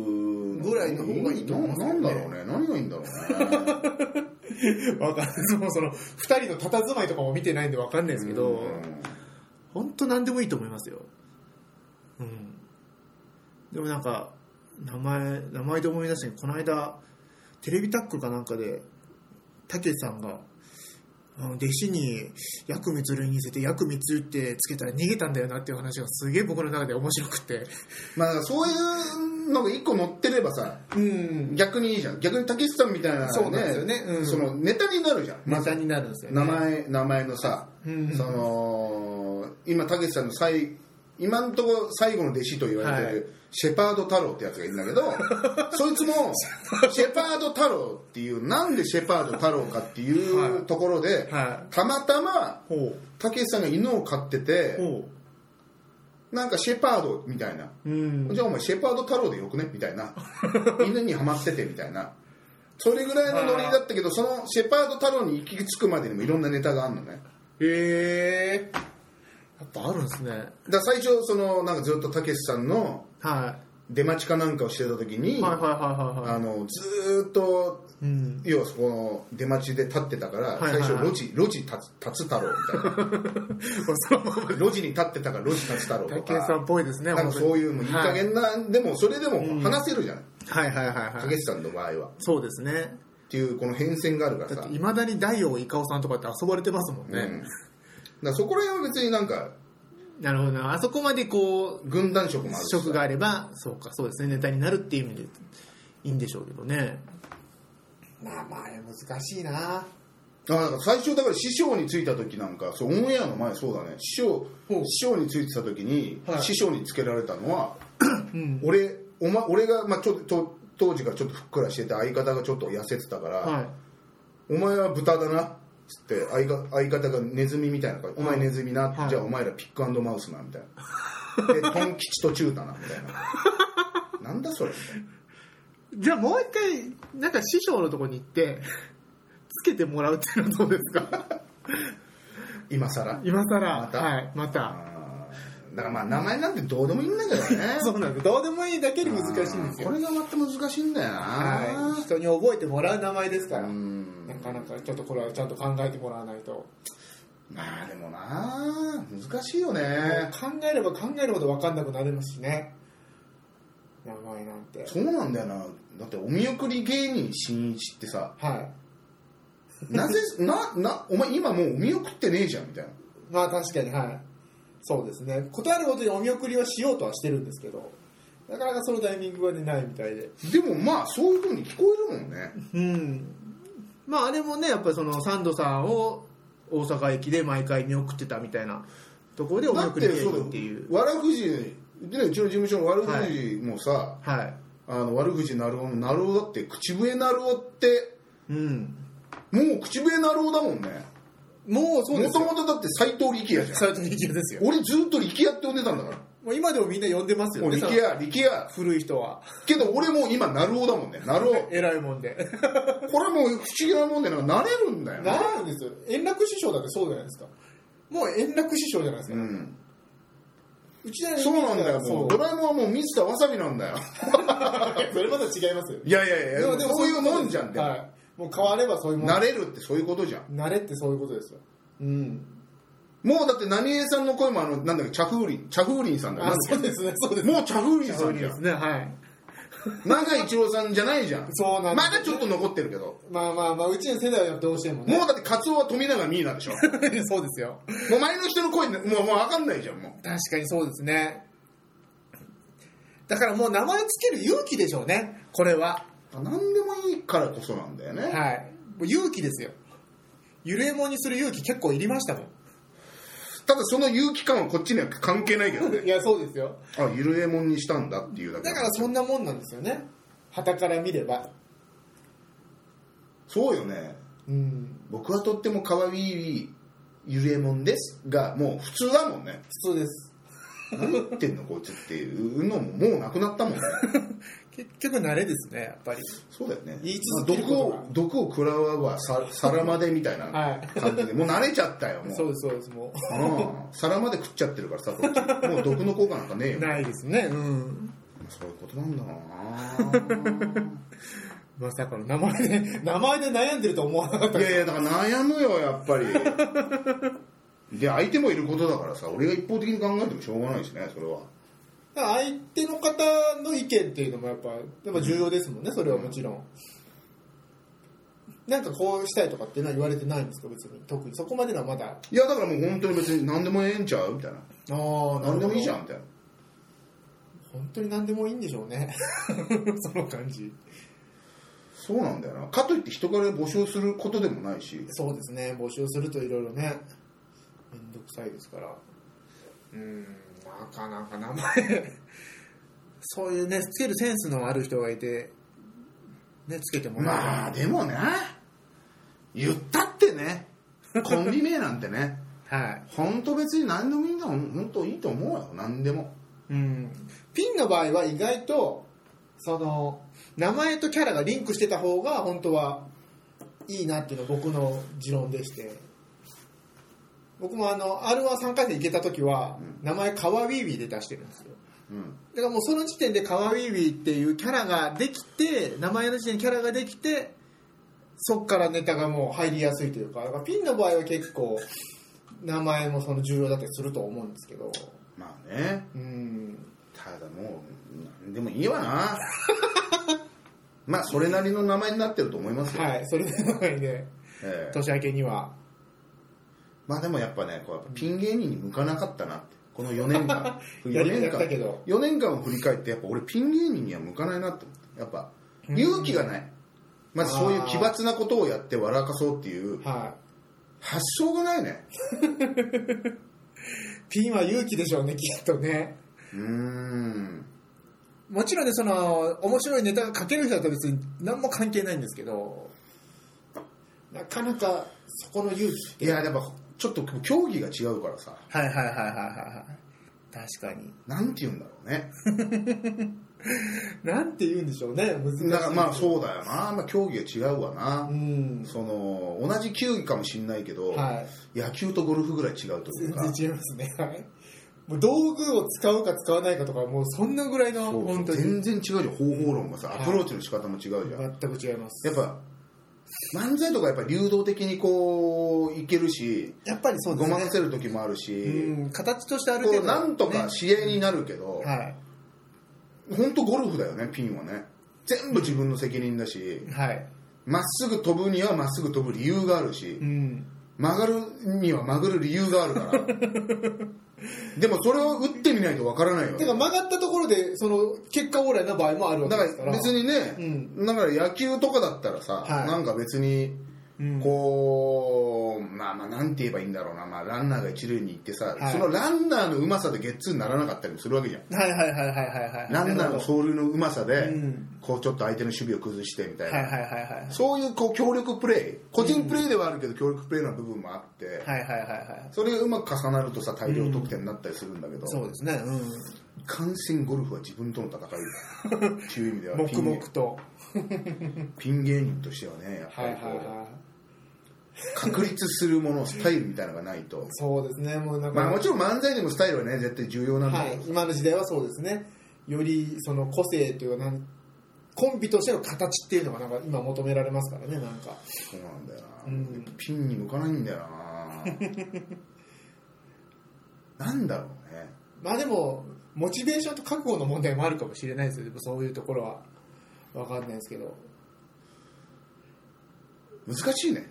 [SPEAKER 2] ぐらいの方がいいと思うんです
[SPEAKER 1] な
[SPEAKER 2] よ
[SPEAKER 1] ん
[SPEAKER 2] ね
[SPEAKER 1] だろうね。何がいいんだろう ね。
[SPEAKER 2] わかんないもうその2人の佇まいとかも見てないんでわかんないですけど
[SPEAKER 1] うん
[SPEAKER 2] 本当何でもいいと思いますようんでもなんか名前名前で思い出してこの間テレビタックルかなんかでたけしさんがあの弟子にヤクミツルに似せてヤクミツルってつけたら逃げたんだよなっていう話がすげえ僕の中で面白くて
[SPEAKER 1] まあだからそういうのが一個乗ってればさ
[SPEAKER 2] うん
[SPEAKER 1] 逆にいいじゃん逆にたけしさんみたいな、ね、
[SPEAKER 2] そうなんですよねうん
[SPEAKER 1] そのネタになるじゃん、
[SPEAKER 2] ネタになるんですよね
[SPEAKER 1] 名前名前のさ、
[SPEAKER 2] うん
[SPEAKER 1] その今たけしさんの最今んとこ最後の弟子と言われてる、
[SPEAKER 2] は
[SPEAKER 1] シェパード太郎ってやつがいるんだけど そいつもシェパード太郎っていうなんでシェパード太郎かってい
[SPEAKER 2] は
[SPEAKER 1] う
[SPEAKER 2] い
[SPEAKER 1] ところで、
[SPEAKER 2] は
[SPEAKER 1] たまたま
[SPEAKER 2] いほ
[SPEAKER 1] たけしさんが犬を飼ってて
[SPEAKER 2] うほ
[SPEAKER 1] なんかシェパードみたいな
[SPEAKER 2] ううん
[SPEAKER 1] じゃあお前シェパード太郎でよくねみたいな 犬にはまっててみたいなそれぐらいのノリだったけどそのシェパード太郎に行き着くまでにもいろんなネタがあるのね
[SPEAKER 2] へえやっぱあるんですね
[SPEAKER 1] だから最初そのなんかずっとたけしさんの
[SPEAKER 2] は
[SPEAKER 1] 出待ちかなんかをしてた時
[SPEAKER 2] い
[SPEAKER 1] に、
[SPEAKER 2] はいはいはいはい
[SPEAKER 1] あ
[SPEAKER 2] はい
[SPEAKER 1] のずーっと
[SPEAKER 2] うん
[SPEAKER 1] 要はそこの出待ちで立ってたから
[SPEAKER 2] はいはい
[SPEAKER 1] 最
[SPEAKER 2] はい
[SPEAKER 1] 初路地路地立つ立つ太郎みた いな
[SPEAKER 2] そのまま
[SPEAKER 1] 路地に立ってたから路地立つ太郎と
[SPEAKER 2] 武井さん
[SPEAKER 1] か
[SPEAKER 2] っぽいですね
[SPEAKER 1] なんかそういうもういい加減な、でもそれで
[SPEAKER 2] うん
[SPEAKER 1] も話せるじゃない
[SPEAKER 2] はいはいはいはい
[SPEAKER 1] た
[SPEAKER 2] は
[SPEAKER 1] け
[SPEAKER 2] い
[SPEAKER 1] しさんの場合は
[SPEAKER 2] そうですね
[SPEAKER 1] っていうこの変遷があるから
[SPEAKER 2] だっ
[SPEAKER 1] さ
[SPEAKER 2] ていまだに大王イカオさんとかって遊ばれてますもん
[SPEAKER 1] ね、
[SPEAKER 2] ね
[SPEAKER 1] だからそこら辺は別になんか
[SPEAKER 2] なるほどなあそこまでこう
[SPEAKER 1] 軍団色もあるし
[SPEAKER 2] 職があればそうかそうですねネタになるっていう意味でいいんでしょうけどねまあまあ難しいな
[SPEAKER 1] あだから最初だから師匠についた時なんかそうオンエアの前そうだね師匠
[SPEAKER 2] ほう
[SPEAKER 1] 師匠についてた時に、
[SPEAKER 2] はい
[SPEAKER 1] 師匠につけられたのは、
[SPEAKER 2] ん
[SPEAKER 1] 俺お、ま、俺が、まあ、ちょっとと当時からちょっとふっくらしてて相方がちょっと痩せてたから、
[SPEAKER 2] はい
[SPEAKER 1] お前は豚だなっつって相が相方がネズミみたいなから、お前ネズミな、
[SPEAKER 2] はい
[SPEAKER 1] じゃあお前らピックアンドマウスなみたいなでトン吉とチュータなみたい ななんだそれみたいな
[SPEAKER 2] じゃあもう一回、なんか師匠のとこに行って、つけてもらうっていうのはどうですか
[SPEAKER 1] 今更
[SPEAKER 2] 今更、
[SPEAKER 1] また
[SPEAKER 2] はい、また。
[SPEAKER 1] あーだからまあ名前なんてどうでもいいんだけどね
[SPEAKER 2] そうなんです。どうでもいいだけに難しいんです
[SPEAKER 1] こ
[SPEAKER 2] よ。
[SPEAKER 1] れがまた難しいんだよな、
[SPEAKER 2] はい。人に覚えてもらう名前ですから。
[SPEAKER 1] う
[SPEAKER 2] なんかなかちょっとこれはちゃんと考えてもらわないと。も
[SPEAKER 1] まあでもな難しいよ
[SPEAKER 2] う
[SPEAKER 1] ね
[SPEAKER 2] 考えれば考えるほど分かんなくなりますしね。名前なんて。
[SPEAKER 1] そうなんだよなだってお見送り芸人しんいちってさ
[SPEAKER 2] はい。
[SPEAKER 1] なぜななお前今もうお見送ってねえじゃんみたいな
[SPEAKER 2] まあ確かにはいそうですね答えることにお見送りはしようとはしてるんですけどなかなかそのタイミングが出ないみたいで
[SPEAKER 1] でもまあそういうふうに聞こえるもんね
[SPEAKER 2] うんまああれもねやっぱりそのサンドさんを大阪駅で毎回見送ってたみたいなところでお見
[SPEAKER 1] だっ
[SPEAKER 2] 送り
[SPEAKER 1] て
[SPEAKER 2] 芸
[SPEAKER 1] そうだ
[SPEAKER 2] 人
[SPEAKER 1] よ
[SPEAKER 2] っていう
[SPEAKER 1] わらふじでねうちの事務所のわらふじもさ、
[SPEAKER 2] はい
[SPEAKER 1] あの悪口なるおなるおだって口笛なるおって
[SPEAKER 2] うん
[SPEAKER 1] もう口笛なるおだもんね
[SPEAKER 2] もうそうで
[SPEAKER 1] も
[SPEAKER 2] す
[SPEAKER 1] と
[SPEAKER 2] よ
[SPEAKER 1] もとだって斎藤力也じゃん
[SPEAKER 2] サイト力也ですよ
[SPEAKER 1] 俺ずっと力也って呼んでたんだから
[SPEAKER 2] もう今でもみんな呼んでますよ
[SPEAKER 1] もう
[SPEAKER 2] ね
[SPEAKER 1] 力也力也
[SPEAKER 2] 古い人は
[SPEAKER 1] けど俺もう今なるおだもんねなるおこ
[SPEAKER 2] 偉い もんで
[SPEAKER 1] れはもう不思議なもんでなんか慣れるんだよね
[SPEAKER 2] なるんですよ円楽師匠だってそうじゃないですかもう円楽師匠じゃないです
[SPEAKER 1] う、
[SPEAKER 2] か、うんちなりに
[SPEAKER 1] そうなんだよもう ド
[SPEAKER 2] そ
[SPEAKER 1] ラえもんはもうミスターわさびなんだよ
[SPEAKER 2] うそれまた違いますよ
[SPEAKER 1] いやいやいやでもそういうもんじゃんでも、
[SPEAKER 2] はい、もう変わればそういうもん
[SPEAKER 1] 慣れるってそういうことじゃん
[SPEAKER 2] 慣れってそういうことですようん
[SPEAKER 1] もうだって何江さんの声もあのなんだっけ着風林着風林さんだよ
[SPEAKER 2] あ
[SPEAKER 1] なんだっ
[SPEAKER 2] そうですねそうで
[SPEAKER 1] け
[SPEAKER 2] すね
[SPEAKER 1] もう着風林さんじゃん
[SPEAKER 2] ねはい
[SPEAKER 1] 長井一郎さんじゃないじゃん
[SPEAKER 2] そうなんで
[SPEAKER 1] ますだちょっと残ってるけど
[SPEAKER 2] まあまあまあうちの世代はどうして もね
[SPEAKER 1] もうだってカツオは富永美奈でしょ
[SPEAKER 2] そうですよ
[SPEAKER 1] もう前の人の声もうもう分かんないじゃんも
[SPEAKER 2] 確かにそうですねだからもう名前つける勇気でしょうねこれは
[SPEAKER 1] う何でもいいからこそなんだよね、
[SPEAKER 2] はいもう勇気ですよゆるえもんにする勇気結構いりましたもん
[SPEAKER 1] ただその勇気感はこっちには関係ないけどね
[SPEAKER 2] いやそうですよ
[SPEAKER 1] あゆるえもんにしたんだっていうだけ
[SPEAKER 2] だからそんなもんなんですよね旗から見れば
[SPEAKER 1] そうよね
[SPEAKER 2] うん
[SPEAKER 1] 僕はとっても可愛いゆるえもんですがもう普通だもんね
[SPEAKER 2] そうです
[SPEAKER 1] 何言ってんのこいつっていうのももうなくなった もんね
[SPEAKER 2] 結局慣れですねやっぱり
[SPEAKER 1] そうだよね
[SPEAKER 2] 言い続けることが
[SPEAKER 1] まあ毒を毒を食らうはさ皿までみたいな
[SPEAKER 2] はい
[SPEAKER 1] 感じでもう慣れちゃったよもう
[SPEAKER 2] そうですそうですも
[SPEAKER 1] うん皿まで食っちゃってるからさこっちもう毒の効果なんかねえよ
[SPEAKER 2] う ないですねうん
[SPEAKER 1] そういうことなんだろ
[SPEAKER 2] まさかの名前で、名前で悩んでると思わなかっ
[SPEAKER 1] うないやいやだから悩むよやっぱりで相手もいることだからさ俺が一方的に考えてもしょうがないしねそれは
[SPEAKER 2] た。相手の方の意見っていうのもやっぱ、やっぱ重要ですもんね、それはもちろん。なんかこうしたいとかっていうのは言われてないんですか、別に。特にそこまでのはまだ。あ
[SPEAKER 1] いやだからもう本当に別に何でもええんちゃうみたいな
[SPEAKER 2] あ、な
[SPEAKER 1] 何でもいいじゃ
[SPEAKER 2] ん。
[SPEAKER 1] んみたいな
[SPEAKER 2] 本当に何でもいいんでしょうね。 その感じ。
[SPEAKER 1] そうなんだよなかといって人から募集することでもないし
[SPEAKER 2] そうですね、募集するといろいろね、めんどくさいですから。うーん、なかなか名前、そういうね、つけるセンスのある人がいて、ね、つけてもらえたら
[SPEAKER 1] まあでもね言ったってねコンビ名なんてね
[SPEAKER 2] はい。
[SPEAKER 1] 本当別に何でもいいんだもん本当いいと思うよ何でも
[SPEAKER 2] うん。ピンの場合は意外と、その、名前とキャラがリンクしてた方が、本当はいいなっていうのが僕の持論でして。僕もあの、R13 回戦行けた時は、名前カワウィービーで出してるんですよ。
[SPEAKER 1] うん
[SPEAKER 2] だからもうその時点でカワウィービーっていうキャラができて、名前の時点でキャラができて、そっからネタがもう入りやすいというか、だからピンの場合は結構、名前もその重要だったりすると思うんですけど。
[SPEAKER 1] まあね
[SPEAKER 2] うん。
[SPEAKER 1] ただもう何でもいいわ なまあそれなりの名前になってると思いますよ、
[SPEAKER 2] はい、それなのにね、
[SPEAKER 1] ええ
[SPEAKER 2] 年明けには。
[SPEAKER 1] まあでもやっぱねこうやっぱピン芸人に向かなかったなってこの4年間 4
[SPEAKER 2] やり
[SPEAKER 1] 年
[SPEAKER 2] やったけ
[SPEAKER 1] 間
[SPEAKER 2] ど。
[SPEAKER 1] 4年間を振り返ってやっぱ俺ピン芸人には向かないなって思ってやっぱ勇気がないまずそういう奇抜なことをやって笑かそうっていう
[SPEAKER 2] は
[SPEAKER 1] 発想がないね
[SPEAKER 2] い。ピンは勇気でしょうね、きっとね。
[SPEAKER 1] うーん
[SPEAKER 2] もちろんね、その、面白いネタが書ける人だと別に何も関係ないんですけど、なかなかそこの勇気。
[SPEAKER 1] いややっぱちょっと競技が違うからさ
[SPEAKER 2] はいはいはいはいはい。確かに。
[SPEAKER 1] なんて言うんだろうね
[SPEAKER 2] なんて言うんでしょうね、難しい。
[SPEAKER 1] だからまあそうだよな、まあ、競技は違うわな、
[SPEAKER 2] うん。
[SPEAKER 1] その同じ球技かもしれないけど、
[SPEAKER 2] はい。
[SPEAKER 1] 野球とゴルフぐらい違うという
[SPEAKER 2] 全
[SPEAKER 1] か
[SPEAKER 2] 然違いますね。はい。もう道具を使うか使わないかとか、もうそんなぐらいの、
[SPEAKER 1] そう
[SPEAKER 2] 本当に。
[SPEAKER 1] 全然違うじゃん方法論がさ
[SPEAKER 2] はい
[SPEAKER 1] アプローチの仕方も違うじゃん、
[SPEAKER 2] 全く違います。
[SPEAKER 1] やっぱ漫才とかやっぱ流動的にこういけるし
[SPEAKER 2] やっぱりそうで
[SPEAKER 1] ご
[SPEAKER 2] すね。
[SPEAKER 1] まかせる時もあるし、
[SPEAKER 2] うん、形としてある
[SPEAKER 1] こ
[SPEAKER 2] 程
[SPEAKER 1] う
[SPEAKER 2] 度、
[SPEAKER 1] なんとか
[SPEAKER 2] ね
[SPEAKER 1] 試合になるけど、
[SPEAKER 2] は
[SPEAKER 1] 本当ゴルフだよねピンはね全部自分の責任だし
[SPEAKER 2] い、はい、
[SPEAKER 1] まっすぐ飛ぶにはまっすぐ飛ぶ理由があるし、
[SPEAKER 2] うん
[SPEAKER 1] 曲がるには曲がる理由があるから でもそれを打ってみないとわからないよ
[SPEAKER 2] てか曲がったところでその結果オーライな場合もあるわけ
[SPEAKER 1] だか
[SPEAKER 2] ですか
[SPEAKER 1] ら
[SPEAKER 2] ら
[SPEAKER 1] 別にね、だから野球とかだったらさ、
[SPEAKER 2] はい
[SPEAKER 1] なんか別に
[SPEAKER 2] うん
[SPEAKER 1] こう、まあまあなんて言えばいいんだろうな、まあ、ランナーが一塁に行ってさ、
[SPEAKER 2] はい
[SPEAKER 1] そのランナーのうまさでゲッツーにならなかったりもするわけじゃん、
[SPEAKER 2] はいはいはいはいはいはい
[SPEAKER 1] ランナーの
[SPEAKER 2] そう
[SPEAKER 1] 走塁のうまさで、
[SPEAKER 2] うん
[SPEAKER 1] こうちょっと相手の守備を崩してみたいな、
[SPEAKER 2] はいはいはいはい
[SPEAKER 1] そういうこう協力プレイ個人プレイではあるけど協力プレイの部分もあって、
[SPEAKER 2] はいはいはいはい
[SPEAKER 1] それがうまく重なるとさ大量得点になったりするんだけど、
[SPEAKER 2] そうですねうん
[SPEAKER 1] 感染ゴルフは自分との戦い だっていう意味ではピ
[SPEAKER 2] 黙
[SPEAKER 1] ン芸
[SPEAKER 2] 々と
[SPEAKER 1] ピン芸人としてはねやっぱ
[SPEAKER 2] はいは
[SPEAKER 1] り
[SPEAKER 2] い
[SPEAKER 1] こう、
[SPEAKER 2] はい
[SPEAKER 1] 確立するものスタイルみたいなのがないと
[SPEAKER 2] そうですねもうなんか
[SPEAKER 1] まあもちろん漫才でもスタイルはね絶対重要なんだ
[SPEAKER 2] は
[SPEAKER 1] け
[SPEAKER 2] い
[SPEAKER 1] ど、、
[SPEAKER 2] 今の時代はそうですねよりその個性というかなんコンビとしての形っていうのがなんか今求められますからねなんか
[SPEAKER 1] そうなんだよな、
[SPEAKER 2] うん
[SPEAKER 1] ピンに向かないんだよ ななんだろうね
[SPEAKER 2] まあでもモチベーションと覚悟の問題もあるかもしれないですよでもそういうところは分かんないですけど
[SPEAKER 1] 難しい ね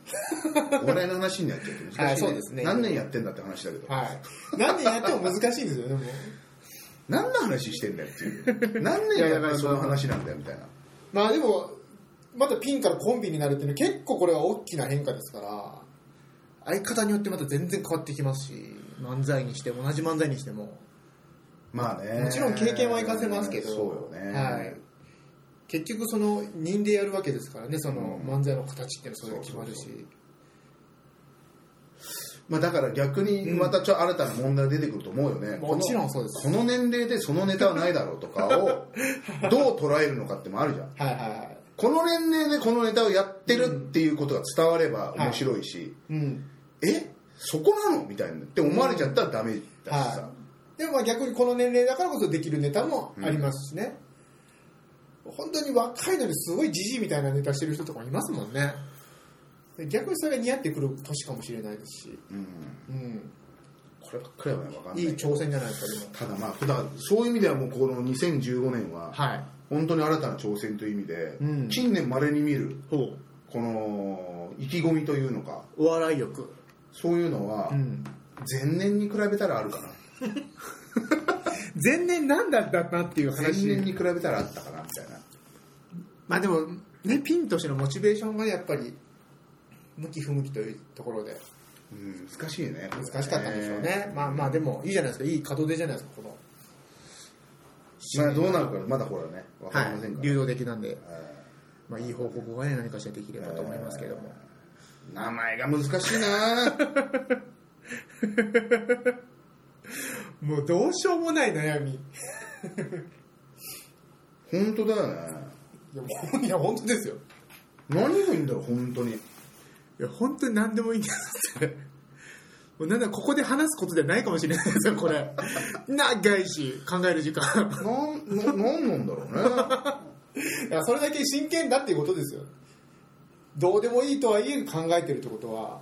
[SPEAKER 1] お笑いの話になっちゃって難しい、ね
[SPEAKER 2] はいそうですね
[SPEAKER 1] 何年やってんだって話だけど、
[SPEAKER 2] はい何年やっても難しいんですよねもう
[SPEAKER 1] 何の話してんだよっていう何年やったらその話なんだよみたいな
[SPEAKER 2] まあでもまたピンからコンビになるっていうのは結構これは大きな変化ですから相方によってまた全然変わってきますし漫才にしても同じ漫才にしても
[SPEAKER 1] まあね
[SPEAKER 2] もちろん経験は活かせますけど、
[SPEAKER 1] そうよね、
[SPEAKER 2] はい、結局その人でやるわけですからねその
[SPEAKER 1] うん
[SPEAKER 2] 漫才の形っていうのはそれで決まるし
[SPEAKER 1] そうまあ、だから逆にまたちょ新たな問題出てくると思うよね、
[SPEAKER 2] もちろんそうです
[SPEAKER 1] この年齢でそのネタはないだろうとか をどう捉えるのかってもあるじゃん
[SPEAKER 2] はいはいはい
[SPEAKER 1] この年齢でこのネタをやってるっていうことが伝われば面白いし、
[SPEAKER 2] うん
[SPEAKER 1] えそこなのみたいなって思われちゃったらダメだしさ、
[SPEAKER 2] はいでもまあ逆にこの年齢だからこそできるネタもありますしね、本当に若いのにすごいじじいみたいなネタしてる人とかいますもんね逆にそれが似合ってくる年かもしれないですし、
[SPEAKER 1] うん、
[SPEAKER 2] うん、
[SPEAKER 1] こればっかりはね分かんない
[SPEAKER 2] いい
[SPEAKER 1] い
[SPEAKER 2] 挑戦じゃないですかでも
[SPEAKER 1] ただまあ普段そういう意味ではもうこの2015年は
[SPEAKER 2] はい
[SPEAKER 1] 本当に新たな挑戦という意味で、
[SPEAKER 2] うん
[SPEAKER 1] 近年まれに見るこの意気込みというのか
[SPEAKER 2] お笑い欲
[SPEAKER 1] そういうのは
[SPEAKER 2] うん
[SPEAKER 1] 前年に比べたらあるかな
[SPEAKER 2] 前年何だったかっていう
[SPEAKER 1] 前
[SPEAKER 2] 話
[SPEAKER 1] 年に比べたらあったかなみたいな
[SPEAKER 2] まあでも、ね、ピンとしてのモチベーションがやっぱり向き不向きというところで
[SPEAKER 1] うん難しいね
[SPEAKER 2] 難しかったんでしょうね、まあまあでもいいじゃないですかいい門出じゃないですかこの、
[SPEAKER 1] まあどうなるかまだほらね分かりませんから、
[SPEAKER 2] 流動的なんで、
[SPEAKER 1] え
[SPEAKER 2] まあ、いい報告がね何かしらできればと思いますけども、
[SPEAKER 1] ー名前が難しいな
[SPEAKER 2] もうどうしようもない悩みい
[SPEAKER 1] 本当だよね
[SPEAKER 2] やもういや本当ですよ
[SPEAKER 1] 何がいいんだろう本当に
[SPEAKER 2] いや本当に何でもいいんですそれも うなんだここで話すことじゃないかもしれないですよこれ長いし考える時
[SPEAKER 1] な
[SPEAKER 2] 間
[SPEAKER 1] んななんなんだろう
[SPEAKER 2] いやそれだけ真剣だっていうことですよどうでもいいとはいえ考えてるってことは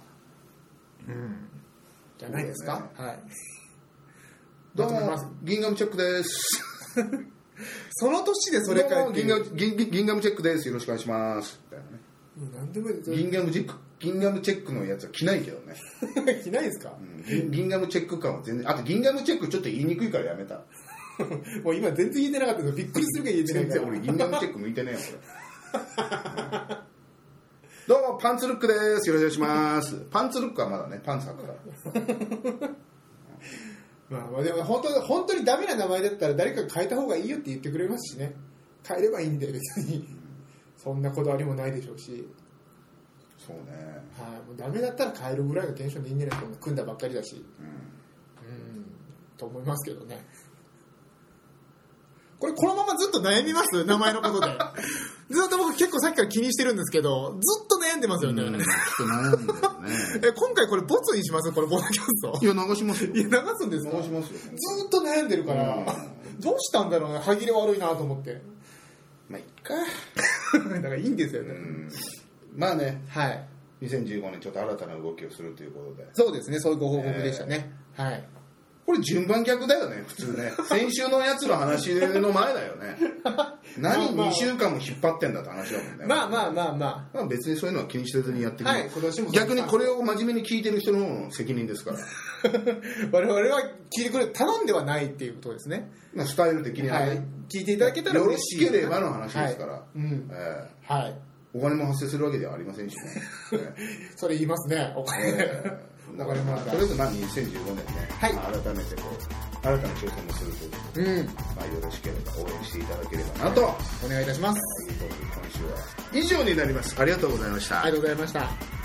[SPEAKER 2] うん じゃないですか、はい
[SPEAKER 1] ねどう
[SPEAKER 2] まとめ
[SPEAKER 1] も
[SPEAKER 2] ます
[SPEAKER 1] ギンガムチェックです
[SPEAKER 2] その年 でそ
[SPEAKER 1] それ
[SPEAKER 2] れか
[SPEAKER 1] からら
[SPEAKER 2] っ
[SPEAKER 1] ギ
[SPEAKER 2] て
[SPEAKER 1] ン
[SPEAKER 2] い
[SPEAKER 1] ガ
[SPEAKER 2] う
[SPEAKER 1] ムギンギンギンガムチェックですよろしくお願いしますみたいなね
[SPEAKER 2] もう何でもいいです
[SPEAKER 1] ギンガムチェックギンガムチェックのやつは着ないけどね、
[SPEAKER 2] 着 ないですか
[SPEAKER 1] う、んギンギンガムチェック感は全然あとギンガムチェックちょっと言いにくいからやめた
[SPEAKER 2] もう今全然言えてなかったですびっくりするけど言えてない
[SPEAKER 1] 全
[SPEAKER 2] から
[SPEAKER 1] 然俺ギンガムチェック向いてねえよ俺 どうもパンツルックですよろしくお願いしますパンツルックはまだねパンツ履くから
[SPEAKER 2] まあまあでも本当本当にダメな名前だったら誰かが変えた方がいいよって言ってくれますしね変えればいいんで別に そんなこだわりもないでしょうし、
[SPEAKER 1] そうね
[SPEAKER 2] はい、もうダメだったら変えるぐらいのテンションでいいんじゃないですか組んだばっかりだし
[SPEAKER 1] うん
[SPEAKER 2] うんと思いますけどねこれこのままずっと悩みます名前のことで ずっと僕結構さっきから気にしてるんですけどずっと悩んでますよね、
[SPEAKER 1] うん
[SPEAKER 2] え
[SPEAKER 1] ちょっと悩んだよね
[SPEAKER 2] 今回これボツにしますこれボーナキャス ト
[SPEAKER 1] いや流しますよ
[SPEAKER 2] いや流すんですか
[SPEAKER 1] 流しますよ
[SPEAKER 2] ずっと悩んでるから、どうしたんだろうね歯切れ悪いなと思って
[SPEAKER 1] まあいっか
[SPEAKER 2] だからいいんですよ
[SPEAKER 1] う
[SPEAKER 2] ね、
[SPEAKER 1] んまあね
[SPEAKER 2] はい
[SPEAKER 1] 2015年ちょっと新たな動きをするということで
[SPEAKER 2] そうですねそういうご報告でしたね、はい
[SPEAKER 1] これ順番逆だよね普通ね先週のやつの話の前だよ ね何
[SPEAKER 2] まあまあ
[SPEAKER 1] 2週間も引っ張ってんだって話だもんね
[SPEAKER 2] まあまあまあ ま
[SPEAKER 1] まあ別にそういうのは気にせずにやっていくの、
[SPEAKER 2] はい今年も
[SPEAKER 1] 逆にこれを真面目に聞いてる人の方の責任です から
[SPEAKER 2] あ我々は聞いてくれ頼んではないっていうことですね、
[SPEAKER 1] まあスタイル的には
[SPEAKER 2] は
[SPEAKER 1] ね、
[SPEAKER 2] い、聞いていただけた
[SPEAKER 1] よ
[SPEAKER 2] ら嬉
[SPEAKER 1] ろし
[SPEAKER 2] しい
[SPEAKER 1] ければの話ですから、
[SPEAKER 2] はいうん
[SPEAKER 1] え
[SPEAKER 2] はい
[SPEAKER 1] えお金も発生するわけではありませんしね、 え
[SPEAKER 2] それ言いますねお
[SPEAKER 1] え
[SPEAKER 2] 金、
[SPEAKER 1] ええだからまあとりあえずまあ2015年ね、
[SPEAKER 2] はい
[SPEAKER 1] まあ改めてこう新たな挑戦もするということで、
[SPEAKER 2] うん
[SPEAKER 1] まあ、よろしければ応援していただければなと、
[SPEAKER 2] お願いいたします
[SPEAKER 1] ということで今週は以上になりますありがとうございました
[SPEAKER 2] ありがとうございました